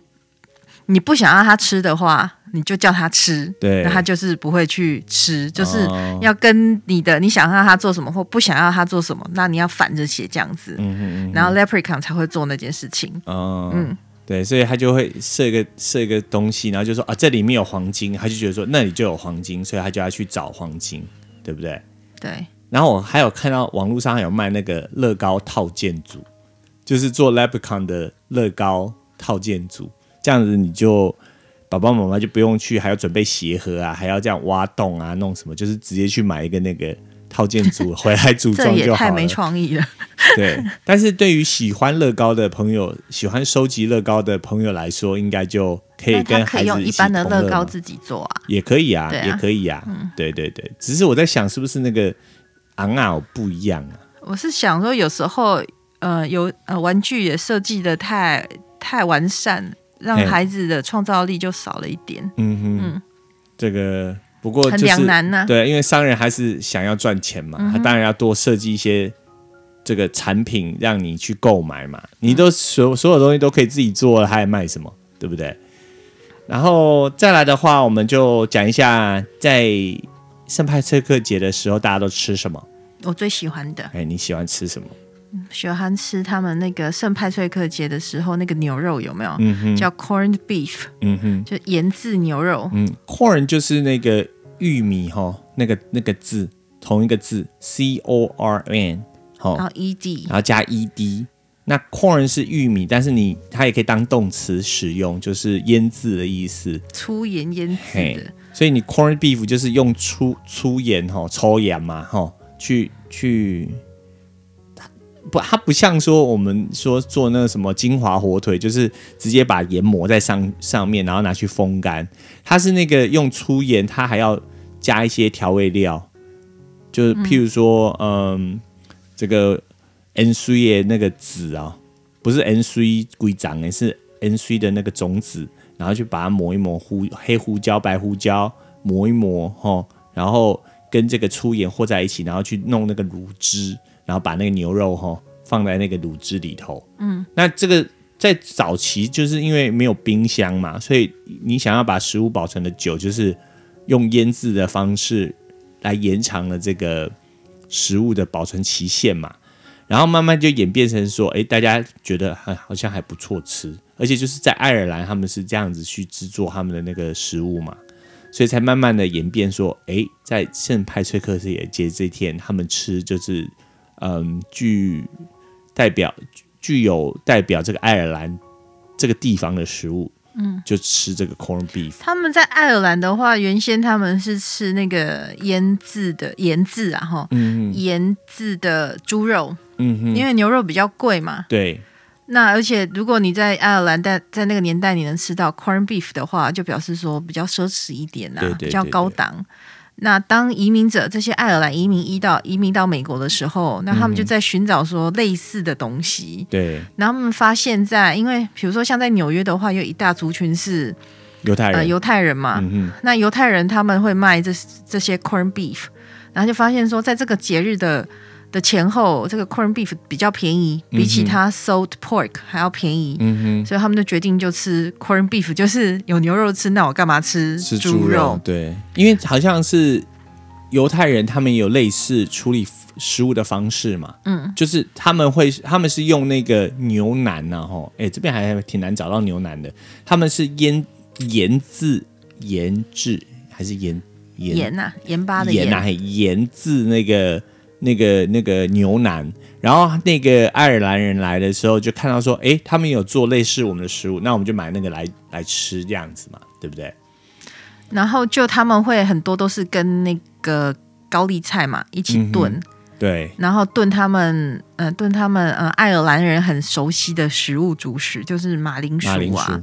你不想让他吃的话，你就叫他吃，
对
那他就是不会去吃，就是
哦
要跟你的你想让他做什么或不想让他做什么，那你要反着写这样子，
嗯哼嗯哼。
然后 leprechaun 才会做那件事情。
哦，
嗯
对，所以他就会设一个设一个东西，然后就说啊，这里面有黄金，他就觉得说那里就有黄金，所以他就要去找黄金，对不对？
对，
然后我还有看到网络上还有卖那个乐高套件组，就是做 Leprechaun 的乐高套件组，这样子你就爸爸妈妈就不用去，还要准备鞋盒啊，还要这样挖洞啊，弄什么，就是直接去买一个那个套件 组回来组
这
装
也
就好
太
了。
没创意了。
对，但是对于喜欢乐高的朋友，喜欢收集乐高的朋友来说，应该就可以
那 他
跟
可
孩
以
子
用一
起
般的
同乐
乐高
嘛
自己做啊，
也可以啊，
对啊
也可以啊，对对对。只是我在想，是不是那个昂啊不一样啊？
我是想说有时候呃有呃玩具也设计的太太完善，让
嘿
孩子的创造力就少了一点。
嗯哼，这个不过
很
就是
两难呢
对，因为商人还是想要赚钱嘛，他当然要多设计一些这个产品让你去购买嘛。你都所所有东西都可以自己做了，他还卖什么？对不对？然后再来的话，我们就讲一下在圣派崔克节的时候，大家都吃什么？
我最喜欢的，
哎，你喜欢吃什么？
喜欢吃他们那个圣派翠克节的时候那个牛肉有没有？
嗯哼，
叫 corned beef，
嗯哼，
就盐渍牛肉。
嗯，corn 就是那个玉米哈，那个那个字，同一个字，C O R N，好、
然后 E ed，
然后加 ed。那 corn 是玉米，但是你它也可以当动词使用，就是腌制的意思。
粗盐腌
嘿
制的，
所以你 corn beef 就是用粗粗盐吼、粗盐嘛吼、去去，它不，它不像说我们说做那个什么金华火腿，就是直接把盐抹在上上面，然后拿去风干。它是那个用粗盐，它还要加一些调味料，就是譬如说，嗯，这个 N C 的那个籽啊、不是 N C 规长诶，是 N C 的那个种子，然后去把它磨一磨胡黑胡椒、白胡椒磨一磨吼，然后跟这个粗盐和在一起，然后去弄那个卤汁，然后把那个牛肉吼放在那个卤汁里头。嗯，那这个在早期就是因为没有冰箱嘛，所以你想要把食物保存的久，就是用腌制的方式来延长了这个食物的保存期限嘛。然后慢慢就演变成说，哎，大家觉得还好像还不错吃，而且就是在爱尔兰他们是这样子去制作他们的那个食物嘛，所以才慢慢的演变说，哎，在圣派崔克斯节这天，他们吃就是嗯具代表具有代表这个爱尔兰这个地方的食物，嗯，就吃这个 corn beef。
他们在爱尔兰的话，原先他们是吃那个腌制的盐制啊，哈，
嗯
盐制的猪肉，
嗯哼，
因为牛肉比较贵嘛。
对，
那而且如果你在爱尔兰在在那个年代你能吃到 corn beef 的话，就表示说比较奢侈一点啊，
对对对
比较高档。那当移民者这些爱尔兰移民一到移民到美国的时候，那他
嗯
们就在寻找说类似的东西，
对，
然后他们发现在，因为比如说像在纽约的话，有一大族群是
犹太人，
呃犹太人嘛，
嗯哼，
那犹太人他们会卖这这些 corn beef，然后就发现说，在这个节日的的前后，这个 corn beef 比较便宜，比起它 sold pork 还要便宜，
嗯
所以他们就决定就吃 corn beef，就是有牛肉吃，那我干嘛吃
哼，吃
猪
猪肉，对，因为好像是犹太人，他们有类似处理食物的方式嘛，嗯，就是他们会，他们是用那个牛腩呐、啊，吼，哎，这边还挺难找到牛腩的，他们是腌腌制腌制还是腌腌
盐呐、盐巴的
盐
盐，
呐、啊，嘿盐制那个那个那个牛腩。然后那个爱尔兰人来的时候，就看到说，哎，他们有做类似我们的食物，那我们就买那个来来吃，这样子嘛，对不对？
然后就他们会很多都是跟那个高丽菜嘛一起
嗯
炖，
对，
然后炖他们呃炖他们呃爱尔兰人很熟悉的食物主食，就是马铃薯
马铃
啊
薯，，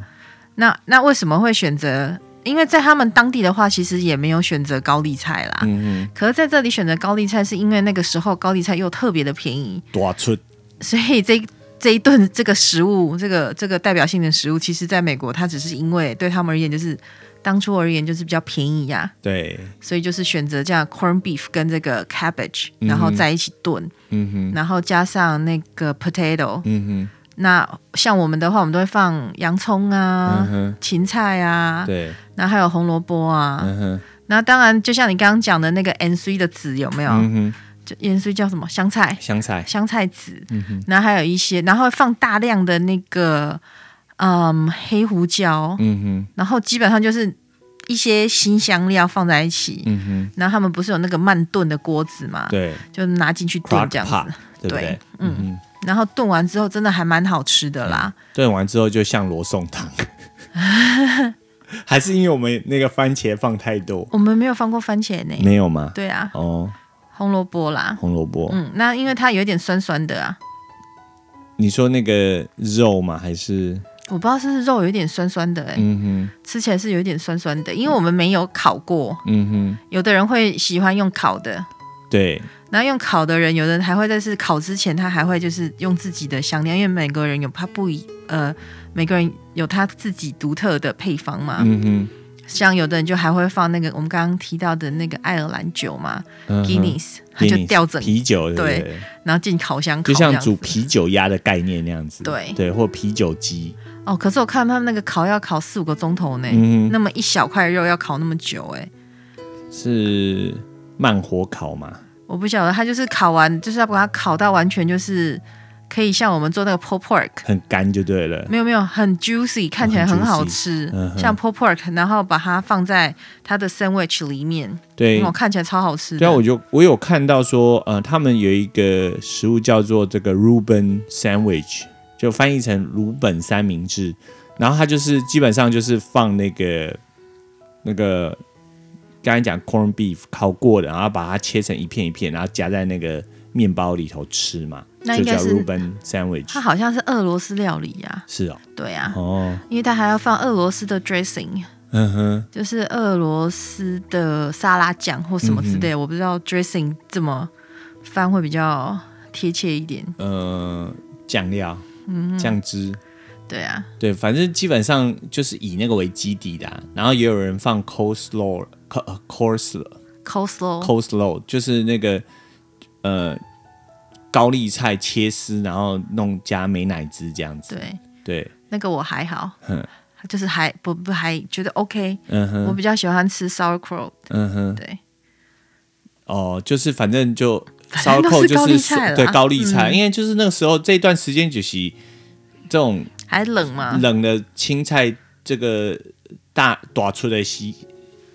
那那为什么会选择？因为在他们当地的话，其实也没有选择高丽菜啦。
嗯
可是在这里选择高丽菜，是因为那个时候高丽菜又特别的便宜，
哼，多出
所以这这一顿这个食物，这个这个代表性的食物，其实在美国它只是因为对他们而言就是当初而言就是比较便宜呀、
对，
所以就是选择这样 corn beef 跟这个 cabbage，然后在一起炖，
嗯哼，
然后加上那个 potato，
嗯
那像我们的话，我们都会放洋葱啊、
嗯
芹菜啊
哼，，对，
那还有红萝卜啊。
嗯哼，
那当然，就像你刚刚讲的那个 N C 的籽有没有？
嗯哼，
就 N C 叫什么香菜？
香菜，
香菜籽，
嗯
然后还有一些，然后放大量的那个嗯黑胡椒，
嗯
然后基本上就是一些新香料放在一起。
哼，嗯哼，
然后他们不是有那个慢炖的锅子嘛，
对
就拿进去炖
Crock
这样
pot，
子，
对不对
对？嗯，然后炖完之后真的还蛮好吃的啦。
炖完之后就像罗宋 汤，还是因为我们那个番茄放太多，
我们没有放过番茄呢，
没有吗？
对啊，
哦，
红萝卜啦，
红萝卜，
嗯，那因为它有一点酸酸的啊，
你说那个肉吗？还是
我不知道是不是肉有一点酸酸的、欸，
嗯
吃起来是有一点酸酸的，因为我们没有烤过，
哼嗯
有的人会喜欢用烤的，
哼，对
然后用烤的人，有的人还会在是烤之前，他还会就是用自己的香料，因为每个人有他不一呃，每个人有他自己独特的配方嘛，
嗯
像有的人就还会放那个我们刚刚提到的那个爱尔兰酒嘛、
嗯哼
g u i n n e s 他就掉整，
啤酒，对不对，
然后进烤箱烤
就
这样
像
子
煮啤酒鸭的概念那样子，
对
对，或啤酒鸡，
哦，可是我看他们那个烤要烤四五个钟头呢，
嗯
那么一小块肉要烤那么久哎、
哼，是慢火烤嘛？
我不晓得，它就是烤完，就是要把它烤到完全就是可以像我们做那个 pulled pork，
很干就对了，
没有没有，很 juicy，看起来很好吃，
嗯哼
像 pulled pork，然后把它放在它的 sandwich 里面，
对
我、，看起来超好吃的。
对啊，我就我有看到说，呃，他们有一个食物叫做这个 Ruben sandwich，就翻译成鲁本三明治。然后它就是基本上就是放那个那个刚才讲 corn beef 烤过的，然后把它切成一片一片，然后夹在那个面包里头吃嘛，
那
就
应该
叫
是
Ruben
它
sandwich。
好像是俄罗斯料理呀、
是哦，
对呀、
哦，
因为它还要放俄罗斯的 dressing，
嗯哼，
就是俄罗斯的沙拉酱或什么之
嗯
类的，我不知道 dressing 这么翻会比较贴切一点。
呃，酱料，
嗯
酱汁，
对啊，
对，反正基本上就是以那个为基底的啊、然后也有人放 coleslaw、co- 呃 coleslaw、
哦 coleslaw
coleslaw，就是那个呃高丽菜切丝，然后弄加美乃滋这样子。
对，
对，
那个我还好
嗯，
就是还不不还觉得 OK。
嗯
我
哼，
比较喜欢吃 sauerkraut，
嗯哼，
对，
哦，就是反正就烧
正都
扣
是
就
高丽
是
菜啦啊嗯
对高丽菜，因为就是那个时候这段时间就是这种
还冷嘛，
冷的青菜，这个大打出的西，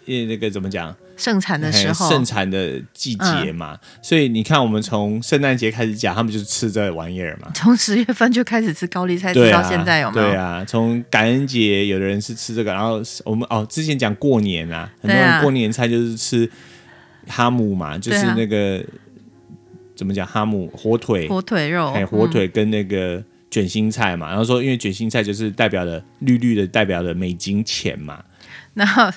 呃那个怎么讲？
盛产的时候嗯
嘿，哎盛产的季节嘛，所以你看，我们从圣诞节开始讲，他们就是吃这玩意儿嘛。
从十月份就开始吃高丽菜，
对
吃
啊，
到现在有没有？
对啊，从感恩节，有的人是吃这个，然后我们哦，之前讲过年啊，很多
对啊
人过年菜就是吃哈姆嘛，就
对
是
啊
那个、怎么讲哈姆火腿，
火嗯腿肉
哎，，火腿跟那个卷心菜嘛，然后说因为卷心菜就是代表了绿绿的，代表了美金钱嘛，
嗯 然后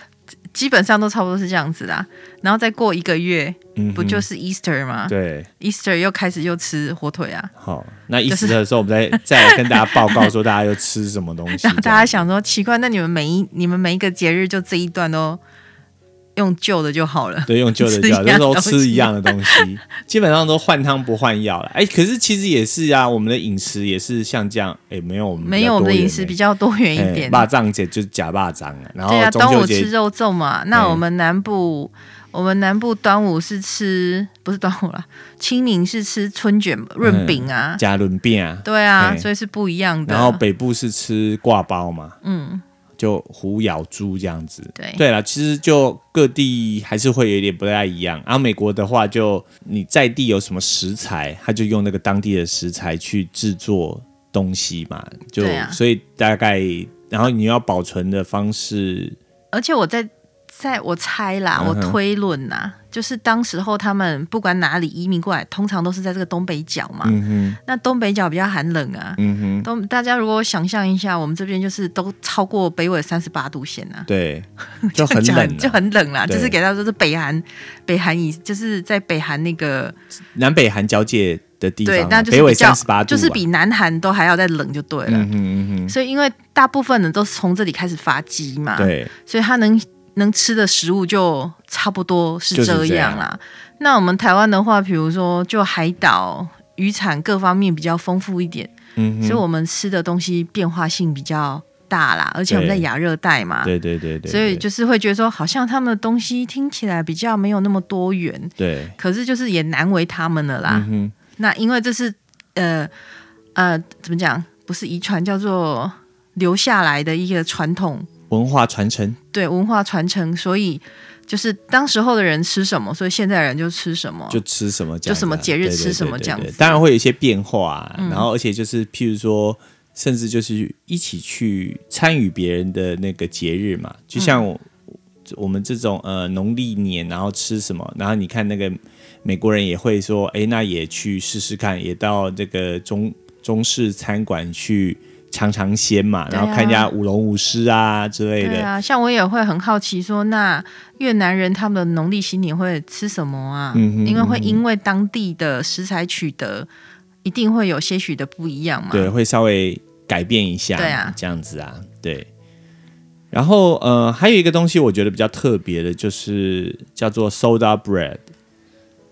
基本上都差不多是这样子啦。然后再过一个月，
嗯哼，
不就是 Easter 吗
对，
？Easter 又开始又吃火腿啊，
好，那一
就是
时的时候，我们再再来跟大家报告说大家又吃什么东西，
然后
这
大
样
家想说奇怪，那你们每一你们每一个节日就这一段都用旧的就好了，
对，用旧的
吃一
药，
样
那时候
东西
吃一样的东西，基本上都换汤不换药了。哎，可是其实也是啊，我们的饮食也是像这样，哎，没有我们
没有我们的饮食比
较
较多元
多元
一
欸哎
点。
霸藏节就是假霸藏啊，然
对
后
啊，端
中
午
秋
吃
节
肉粽嘛，那我们南部。我们南部端午是吃，不是端午啦，清明是吃春卷、润饼啊，
嗯加轮饼啊，
对啊，
嘿
所以是不一样的。
然后北部是吃挂包嘛，
嗯，
就虎咬猪这样子。
对
对啦，其实就各地还是会有点不太一样。然、后美国的话就，你在地有什么食材，他就用那个当地的食材去制作东西嘛，就、
对啊
所以大概，然后你要保存的方式，
而且我在在我猜啦，
嗯
我
哼
推论呐、就是当时候他们不管哪里移民过来，通常都是在这个东北角嘛。
嗯哼，
那东北角比较寒冷啊，
嗯哼，
东大家如果想象一下，我们这边就是都超过北纬三十八度线啊，
对，就
这
很
样讲
冷、啊，
就很冷啦，
对
就是给大家说是北韩，北韩以就是在北韩那个
南北韩交界的地方
对
啊、，
那就
北
是
纬
比较
三十八度、啊，
就是比南韩都还要再冷就对了。
嗯哼嗯
所以因为大部分人都是从这里开始发迹嘛，
哼，对，
所以他能能吃的食物就差不多是
就是
这
这
样
样
啦。那我们台湾的话，比如说就海岛渔产各方面比较丰富一点，
嗯
所以
哼，
我们吃的东西变化性比较大啦，而且我们在
对
亚热带嘛。
对对对对，
所以
对
就是会觉得说，好像他们的东西听起来比较没有那么多元，
对，
可是就是也难为他们了啦。
嗯哼，
那因为这是呃呃怎么讲，不是遗传，叫做留下来的一个传统
文化传承。
对文化传承，所以就是当时候的人吃什么，所以现在人就吃什么。
就吃什么这样子啊，
哦就什么节日
对对
吃
对
什么嗯
对
这样
对
子
当然会有一些变化、啊，然后而且就是譬如说，甚至就是一起去参与别人的那个节日嘛，就像
嗯
我,、我们这种呃农历年，然后吃什么，然后你看那个美国人也会说，哎，那也去试试看，也到这个中中式餐馆去。尝尝鲜嘛，
对
然
啊
后看一下舞龙舞狮啊之类
对
的，
啊，像我也会很好奇说，那越南人他们的农历新年会吃什么啊？
嗯哼
因为会因为当地的食材取得，一定会有些许的不一样嘛。
对，会稍微改变一下，
对啊
这样子啊，对。然后呃，还有一个东西我觉得比较特别的，就是叫做 soda bread，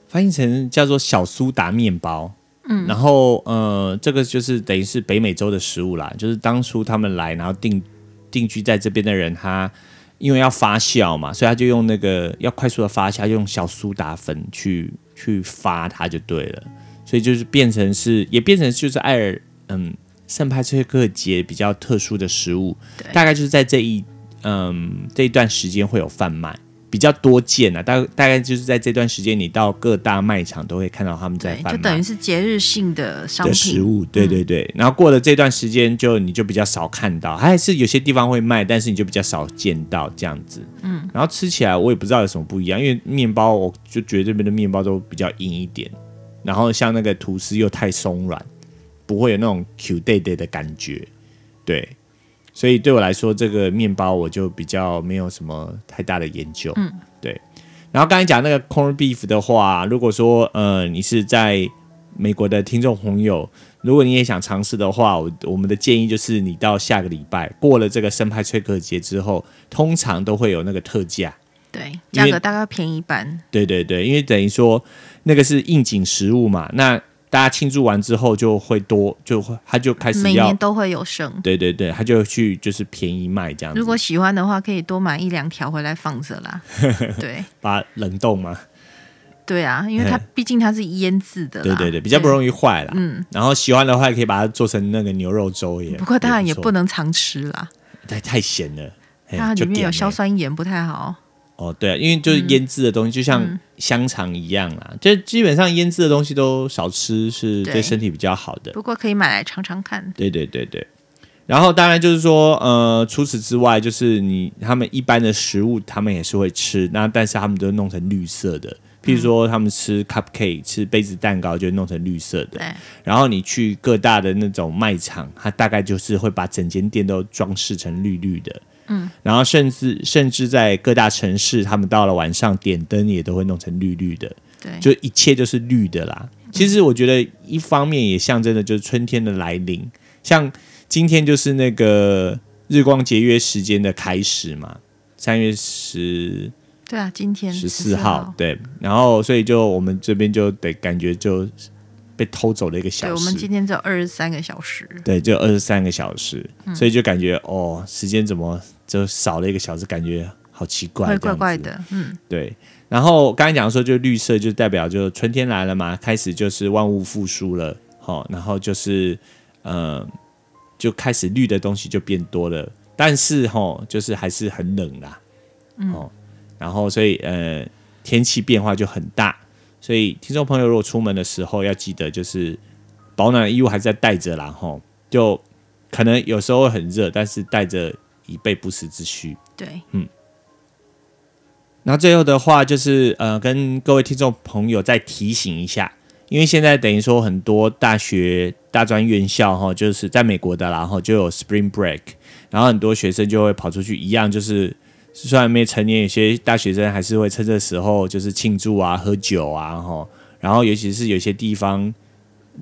翻译成叫做小苏打面包。嗯，然后呃，这个就是等于是北美洲的食物啦，就是当初他们来，然后定定居在这边的人，他因为要发酵嘛，所以他就用那个要快速的发酵，他就用小苏打粉去去发它就对了，所以就是变成是也变成就是爱尔嗯圣派崔克节比较特殊的食物，
对
大概就是在这一嗯这一段时间会有贩卖。比较多见啊，大大概就是在这段时间，你到各大卖场都会看到他们在
对，
贩卖，
就等于是节日性的商
的食
品。
物，对对对。然后过了这段时间就，你就比较少看到，还是有些地方会卖，但是你就比较少见到这样子。嗯，然后吃起来我也不知道有什么不一样，因为面包我就觉得这边的面包都比较硬一点，然后像那个吐司又太松软，不会有那种 Q day day 的感觉，对。所以对我来说，这个面包我就比较没有什么太大的研究。嗯，对。然后刚才讲那个 corn beef 的话，如果说呃你是在美国的听众朋友，如果你也想尝试的话，我我们的建议就是你到下个礼拜过了这个生派崔克节之后，通常都会有那个特价。
对，
因
价
为
格大概便宜一半。
对对对，因为等于说那个是应景食物嘛，那大家庆祝完之后就会多，就会他就开始
每
要
年，都会有剩。
对对对，他就去就是便宜卖这样子，
如果喜欢的话，可以多买一两条回来放着 啦。对
把它冷冻嘛，
对啊，因为它毕竟它是腌制的啦，
对对对，比较不容易坏啦。嗯，然后喜欢的话，可以把它做成那个牛肉粥也。
不过当然也
错
不能常吃啦，
太太咸了，嘿
它里
就
面有
咸
硝
了
酸盐不太好。
哦，对、啊，因为就是腌制的东西，就像香肠一样啦，就基本上腌制的东西都少吃，是
对
对身体比较好的。
不过可以买来尝尝看。
对对对对。然后当然就是说，呃，除此之外，就是你他们一般的食物，他们也是会吃，那但是他们都弄成绿色的。譬如说，他们吃 cupcake、吃杯子蛋糕，就弄成绿色的。
对，
然后你去各大的那种卖场，它大概就是会把整间店都装饰成绿绿的。嗯，然后甚至甚至在各大城市，他们到了晚上点灯也都会弄成绿绿的，
对，
就一切就是绿的啦。其实我觉得一方面也象征着就是春天的来临，像今天就是那个日光节约时间的开始嘛，三月十
对啊，今天
十四
14
号，，对，然后所以就我们这边就得感觉就被偷走了一个小
对，
时，
我们今天只有二十三个小时。
对，就二十三个小时，
嗯
所以就感觉哦，时间怎么就少了一个小时，感觉好奇怪，
会
这
怪
样
怪
子。
的，嗯，
对，然后刚才讲说，就绿色就代表就春天来了嘛，开始就是万物复苏了，好、然后就是呃，就开始绿的东西就变多了，但是哈、哦，就是还是很冷啦，哦，然后所以呃，天气变化就很大，所以听众朋友如果出门的时候要记得就是保暖的衣物还是要带着啦，吼、就可能有时候会很热，但是带着以备不时之需。
对，
那最后的话就是呃，跟各位听众朋友再提醒一下，因为现在等于说很多大学、大专院校哈，就是在美国的啦，哈，就有 Spring Break，然后很多学生就会跑出去，一样就是虽然没成年，有些大学生还是会趁这时候就是庆祝啊、喝酒啊，哈，然后尤其是有些地方。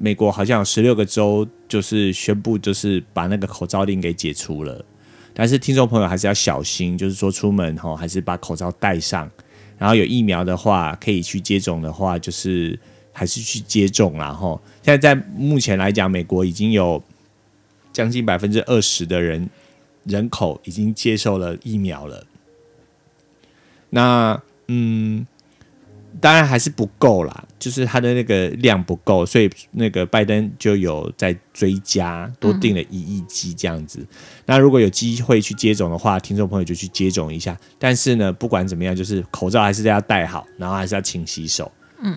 美国好像有十六个州，就是宣布就是把那个口罩令给解除了，但是听众朋友还是要小心，就是说出门吼还是把口罩戴上，然后有疫苗的话可以去接种的话，就是还是去接种啦吼。现在在目前来讲，美国已经有将近百分之二十的人人口已经接受了疫苗了。那嗯，当然还是不够啦，就是它的那个量不够，所以那个拜登就有在追加，多订了一亿剂这样子。那如果有机会去接种的话，听众朋友就去接种一下。但是呢，不管怎么样，就是口罩还是要戴好，然后还是要勤洗手。嗯，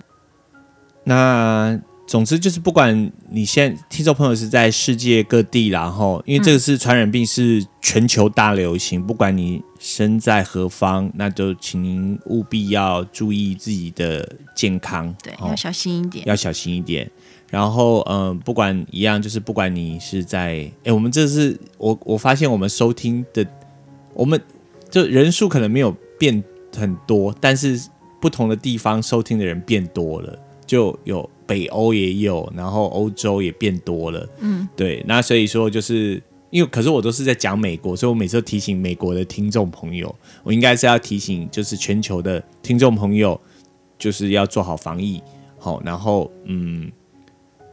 那总之就是，不管你现在听众朋友是在世界各地啦，然后因为这个是传染病是全球大流行，不管你身在何方，那就请您务必要注意自己的健康。
对，
哦
要小心一点。
要小心一点。然后，嗯、不管一样，就是不管你是在，哎，我们这是我我发现我们收听的，我们就人数可能没有变很多，但是不同的地方收听的人变多了，就有北欧也有，然后欧洲也变多了，嗯，对，那所以说就是。因为可是我都是在讲美国，所以我每次都提醒美国的听众朋友，我应该是要提醒就是全球的听众朋友，就是要做好防疫，好，然后嗯，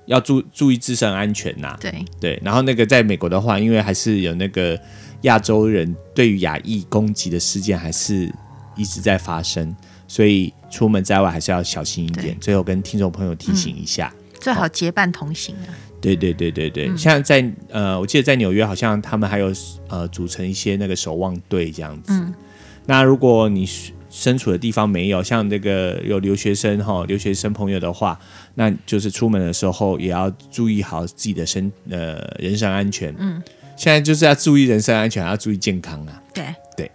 要注注意自身安全呐、
对，
对，然后那个在美国的话，因为还是有那个亚洲人对于亚裔攻击的事件还是一直在发生，所以出门在外还是要小心一点
对。
最后跟听众朋友提醒一下。
最好结伴同行啊。
对对对对对，像在呃，我记得在纽约好像他们还有呃组成一些那个守望队这样子。那如果你身处的地方没有像那个有留学生哈、留学生朋友的话，那就是出门的时候也要注意好自己的身呃人身安全。嗯，现在就是要注意人身安全，还要注意健康啊。
对，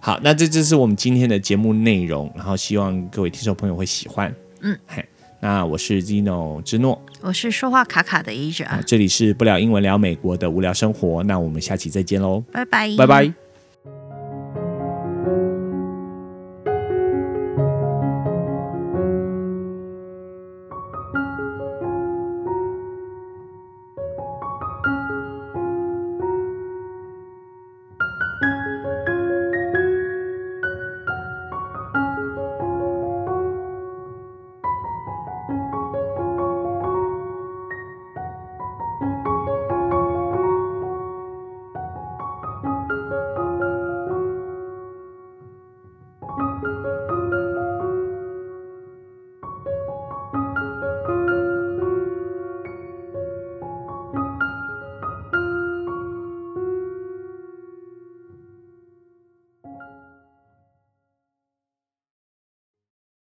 好，那这就是我们今天的节目内容，然后希望各位听众朋友会喜欢。嗯，嗨，那我是 Zino 之诺。
我是说话卡
啊嗯
卡的啊 Asia，
这里是不聊英文聊美国的无聊生活，那我们下期再见喽，
拜拜，
拜拜。